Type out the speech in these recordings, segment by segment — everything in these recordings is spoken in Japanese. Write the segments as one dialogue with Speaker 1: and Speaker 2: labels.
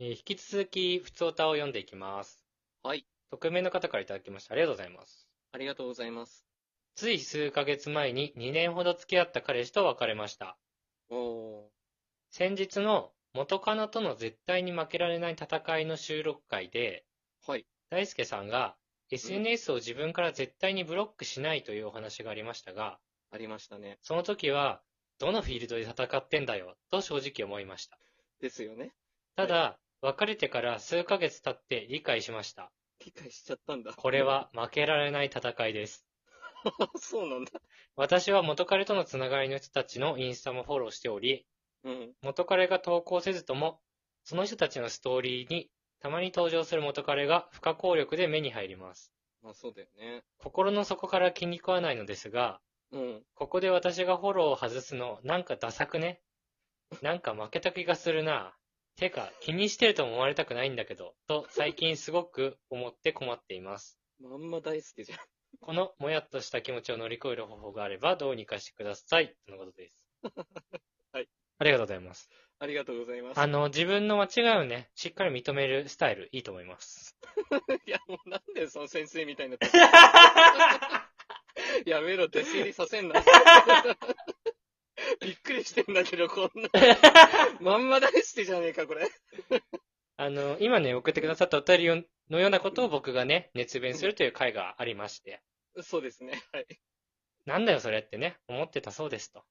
Speaker 1: えー引き続き、普通歌を読んでいきます。
Speaker 2: はい。
Speaker 1: 匿名の方からいただきました。ありがとうございます。
Speaker 2: ありがとうございます。
Speaker 1: つい数ヶ月前に2年ほど付き合った彼氏と別れました。
Speaker 2: おー。
Speaker 1: 先日の元カノとの絶対に負けられない戦いの収録会で、
Speaker 2: はい。
Speaker 1: 大輔さんが SNS を自分から絶対にブロックしないというお話がありましたが、
Speaker 2: ありましたね。
Speaker 1: その時は、どのフィールドで戦ってんだよ、と正直思いました。
Speaker 2: ですよね。
Speaker 1: ただ、別れてから数ヶ月経って理解しました。
Speaker 2: 理解しちゃったんだ。
Speaker 1: これ。は負けられない戦いです。
Speaker 2: そうなんだ。
Speaker 1: 私は元彼とのつながりの人たちのインスタもフォローしており、
Speaker 2: うん。
Speaker 1: 元彼が投稿せずとも、その人たちのストーリーにたまに登場する元彼が不可抗力で目に入ります。
Speaker 2: まあそうだよね。
Speaker 1: 心の底から気に食わないのですが、
Speaker 2: うん。
Speaker 1: ここで私がフォローを外すの、なんかダサくねなんか負けた気がするな。てか、気にしてるとも思われたくないんだけど、と最近すごく思って困っています。
Speaker 2: まんま大好きじゃん。
Speaker 1: このもやっとした気持ちを乗り越える方法があればどうにかしてください。とのことです。
Speaker 2: はい。
Speaker 1: ありがとうございます。
Speaker 2: ありがとうございます
Speaker 1: あ。の、自分の間違いをね、しっかり認めるスタイル、いいと思い ます。
Speaker 2: いや、もうなんでその先生みたいな。やめろ、弟子入りさせんな。 びっくりしてんだけど、こん な。まんま大好きじゃねえか、これ。
Speaker 1: あの、今ね、送ってくださったお便りのようなことを僕がね、熱弁するという回がありまして、
Speaker 2: そうですね。はい。
Speaker 1: なんだよそれってね、思ってたそうですと。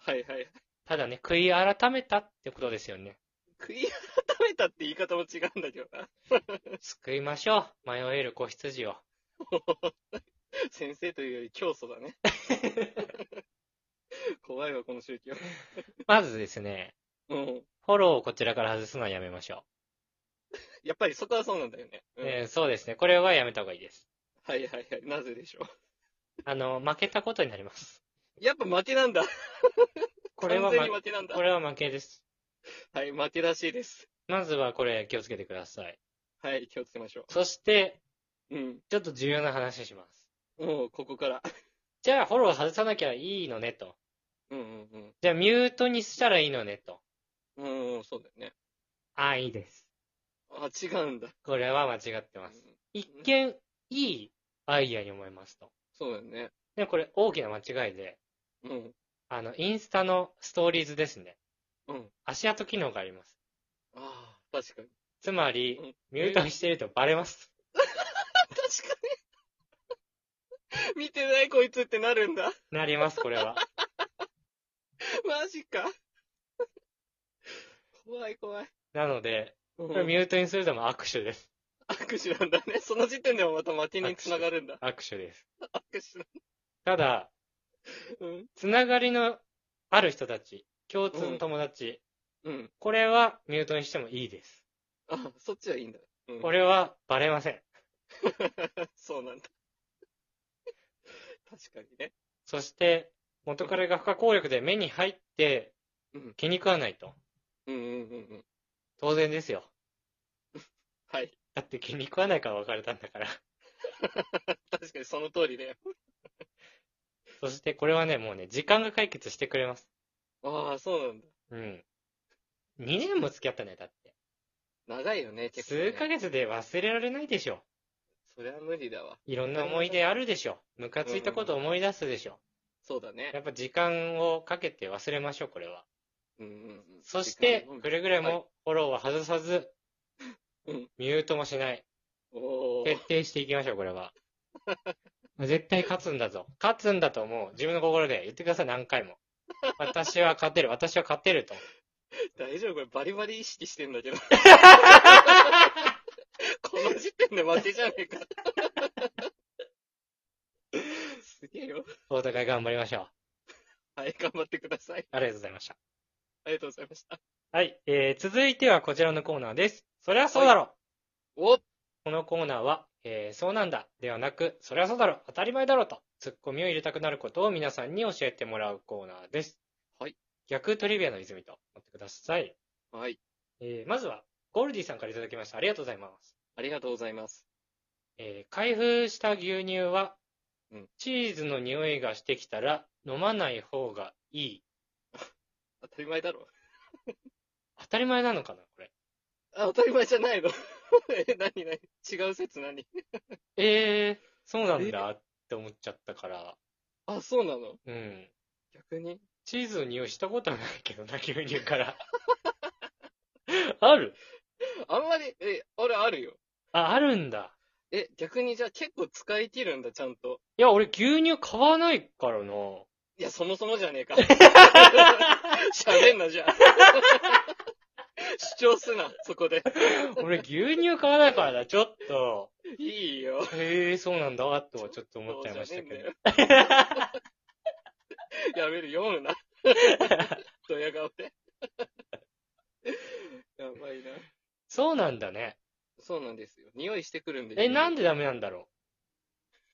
Speaker 2: はいはい。
Speaker 1: ただね、悔い改めたってことですよね。
Speaker 2: 食い改めたって言い方も違うんだけどな。
Speaker 1: 救いましょう。迷える子羊を。
Speaker 2: 先生というより教祖だね。 怖いわ、この宗教。
Speaker 1: まずですね、
Speaker 2: うん。
Speaker 1: フォローをこちらから外すのはやめましょ
Speaker 2: やっぱりそこはそうなんだよね。
Speaker 1: う。
Speaker 2: うん
Speaker 1: えーそうですね、これはやめた方がいいです。
Speaker 2: はいはいはい。なぜでしょ
Speaker 1: あの、負けたことになります。
Speaker 2: う。やっぱ負けなんだ。
Speaker 1: これは、
Speaker 2: 完全に
Speaker 1: ま、
Speaker 2: 負けなんだ
Speaker 1: こ。れは負けです。
Speaker 2: はい、負けらしいです。
Speaker 1: まずはこれ気をつけてください。
Speaker 2: はい、気をつけましょ
Speaker 1: そして、
Speaker 2: う。うん。
Speaker 1: ちょっと重要な話します。
Speaker 2: もう、ここから。
Speaker 1: じゃあ、フォロー外さなきゃいいのねと。
Speaker 2: うんうん
Speaker 1: じゃあ、ミュートにしたらいいのねと。
Speaker 2: うん。うんうん、そうだよね。
Speaker 1: ああ、いいです。
Speaker 2: あ、違うんだ。
Speaker 1: これは間違ってます。一見、いいアイデアに思いますと。
Speaker 2: そうだよね。
Speaker 1: でもこれ、大きな間違いで、
Speaker 2: うん。
Speaker 1: あの、インスタのストーリーズですね。
Speaker 2: うん。
Speaker 1: 足跡機能があります。
Speaker 2: ああ、確かに。
Speaker 1: つまり
Speaker 2: うん、
Speaker 1: ミュートにしているとバレ ます。
Speaker 2: 確かに。見 てないこいつってなるんだ。
Speaker 1: なります、これは。
Speaker 2: マジか。怖い怖い。
Speaker 1: なので、
Speaker 2: うん
Speaker 1: これミュートにするのも握手です。
Speaker 2: 握手なんだね。その時点でもまた負けに繋がるんだ。
Speaker 1: 握手です。
Speaker 2: 握手だ。
Speaker 1: ただ、
Speaker 2: うん。
Speaker 1: つながりのある人たち、共通の友達、
Speaker 2: うん。
Speaker 1: これはミュートにしてもいいです。
Speaker 2: あ、そっちはいいんだ。うん。
Speaker 1: これはバレません。
Speaker 2: そうなんだ。確かにね。
Speaker 1: そして、元彼が不可抗力で目に入って
Speaker 2: うん、
Speaker 1: 気に食わないと。
Speaker 2: うんうんうんうん。
Speaker 1: 当然ですよ。
Speaker 2: はい。
Speaker 1: だって気に食わないから別れたんだから。
Speaker 2: 確かにその通りだよ。
Speaker 1: そしてこれはね、もうね、時間が解決してくれます。
Speaker 2: ああ、そうなんだ。
Speaker 1: うん。2年も付き合ったね、だって。
Speaker 2: 長いよね、結構、ね。
Speaker 1: 数ヶ月で忘れられないでしょ。
Speaker 2: それは無理だわ。
Speaker 1: いろんな思い出あるでしょ。ムカついたこと思い出すでしょ。
Speaker 2: そうだね。
Speaker 1: やっぱ時間をかけて忘れましょう、これは。
Speaker 2: うんうんうん。
Speaker 1: そして
Speaker 2: 時間、も
Speaker 1: くれぐれ
Speaker 2: はい
Speaker 1: もフォローは外さず、
Speaker 2: うん
Speaker 1: ミュートもしない。
Speaker 2: おー
Speaker 1: 徹。底していきましょう、これ は。絶対勝つんだぞ。勝つんだと思う。自分の心で言ってください、何回も。私は勝てる、私は勝てると。
Speaker 2: 大丈夫これバリバリ意識してんだけど。この時点で負けじゃねえか。すげえよ。
Speaker 1: お互い頑張りましょう。
Speaker 2: はい、頑張ってください。
Speaker 1: ありがとうございました。
Speaker 2: ありがとうございました。
Speaker 1: はい、えー、続いてはこちらのコーナーです。そりゃそうだろう、
Speaker 2: お
Speaker 1: このコーナーは、えー、そうなんだではなく、そりゃそうだろう、当たり前だろうと、ツッコミを入れたくなることを皆さんに教えてもらうコーナーです。
Speaker 2: はい。
Speaker 1: 逆トリビアの泉と思ってください。
Speaker 2: はい、
Speaker 1: えー、まずは、ゴールディさんからいただきました。ありがとうございます。
Speaker 2: ありがとうございます。
Speaker 1: えー、開封した牛乳は
Speaker 2: うん、
Speaker 1: チーズの匂いがしてきたら飲まない方がいい。
Speaker 2: 当たり前だろ。
Speaker 1: 当たり前なのかな、これ。
Speaker 2: あ、当たり前じゃないの。 え、なになに違う説何
Speaker 1: ええそうなんだって思っちゃったから、
Speaker 2: あ、そうなの
Speaker 1: うん。
Speaker 2: 逆に
Speaker 1: チーズの匂いしたことはないけどな、牛乳から。ある
Speaker 2: あんまり、え、俺あるよ。
Speaker 1: あ、あるんだ。
Speaker 2: え、逆にじゃあ結構使い切るんだ、ちゃんと。
Speaker 1: いや、俺牛乳買わないから な。
Speaker 2: いや、そもそもじゃねえか。喋んな、じゃあ。主張すな、そこで。
Speaker 1: 俺牛乳買わないからだ、ちょっと。
Speaker 2: いいよ。
Speaker 1: へえそうなんだ、とはちょっと思っちゃいましたけど。
Speaker 2: どうじゃねえんだよ。やめる、読むな。ドヤ顔で。やばいな。
Speaker 1: そうなんだね。
Speaker 2: そうなんですよ。匂いしてくるんで。
Speaker 1: え、なん
Speaker 2: で
Speaker 1: でダメなんだろ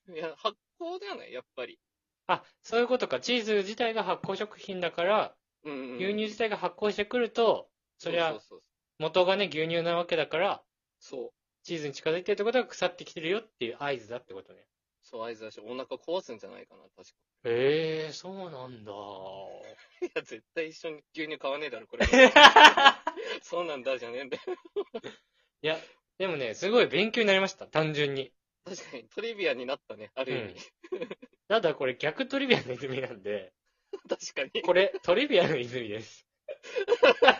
Speaker 1: う
Speaker 2: いや、発酵じゃないやっぱり。
Speaker 1: あ、そういうことか。チーズ自体が発酵食品だから、
Speaker 2: うん、うん。
Speaker 1: 牛乳自体が発酵してくると、そり
Speaker 2: そう
Speaker 1: ゃ
Speaker 2: そう
Speaker 1: 元がね、牛乳なわけだから、
Speaker 2: そう。そう。
Speaker 1: チーズに近づいてるってことは腐ってきてるよっていう合図だってことね。
Speaker 2: そう、合図だし、お腹壊すんじゃないかな、確か。
Speaker 1: ええそうなんだ。
Speaker 2: いや、絶対一緒に牛乳買わねえだろ、 これ。そうなんだ、じゃねえんだよ。
Speaker 1: でもね、すごい勉強になりました。単純に。
Speaker 2: 確かに、トリビアになったね、ある意味。
Speaker 1: ただこれ逆トリビアの泉なんで、
Speaker 2: 確かに。
Speaker 1: これトリビアの泉です。
Speaker 2: 確か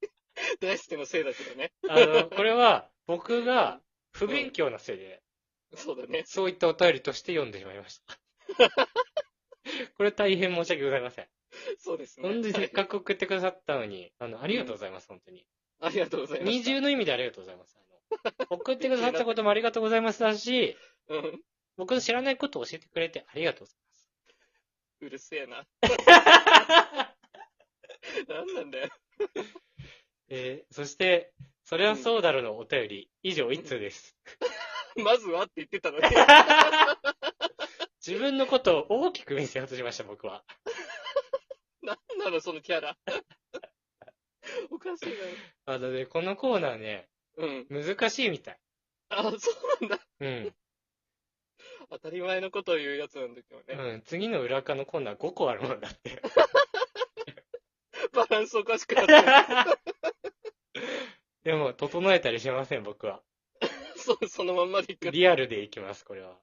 Speaker 2: に。 大輔のせいだけどね。
Speaker 1: あの、これは僕が不勉強なせいで、
Speaker 2: そうだね。
Speaker 1: そういったお便りとして読んでしまいました。 これ大変申し訳ございません。
Speaker 2: そうですね。
Speaker 1: 本当にせっかく送ってくださったのに、あの、ありがとうございます、本当に。
Speaker 2: ありがとうございます。
Speaker 1: 二重の意味でありがとうございます。あの送ってくださったこともありがとうございますだし、
Speaker 2: うん。
Speaker 1: 僕の知らないことを教えてくれてありがとうございます。
Speaker 2: うるせえな。なんなんだよ。
Speaker 1: えーそして、それはそうだろうのお便り、以上一通です。
Speaker 2: まずはって言ってた のに。
Speaker 1: 自分のことを大きく見せようとしました、僕は。
Speaker 2: なんなの、そのキャラ。おかしい
Speaker 1: あのね、このコーナーね、
Speaker 2: な。うん。
Speaker 1: 難しいみたい。
Speaker 2: あ、そうなんだ。
Speaker 1: うん。
Speaker 2: 当たり前のことを言うやつなんだけどね。
Speaker 1: うん、次の裏側のコーナー5個あるもんだって。
Speaker 2: バランスおかしくなってる。
Speaker 1: でも、整えたりしません、僕は。
Speaker 2: そ そのまんまでいく。
Speaker 1: リアルでいきます、これは。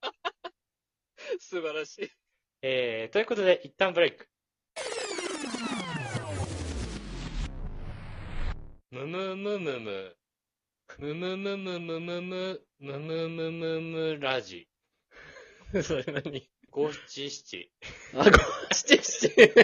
Speaker 2: 素晴らしい。
Speaker 1: えー、ということで、一旦ブレイク。むむむむむ。むむむむむむむ。むむむむむラジ。
Speaker 2: それ何
Speaker 1: 五七七。
Speaker 2: あ、ご、七七。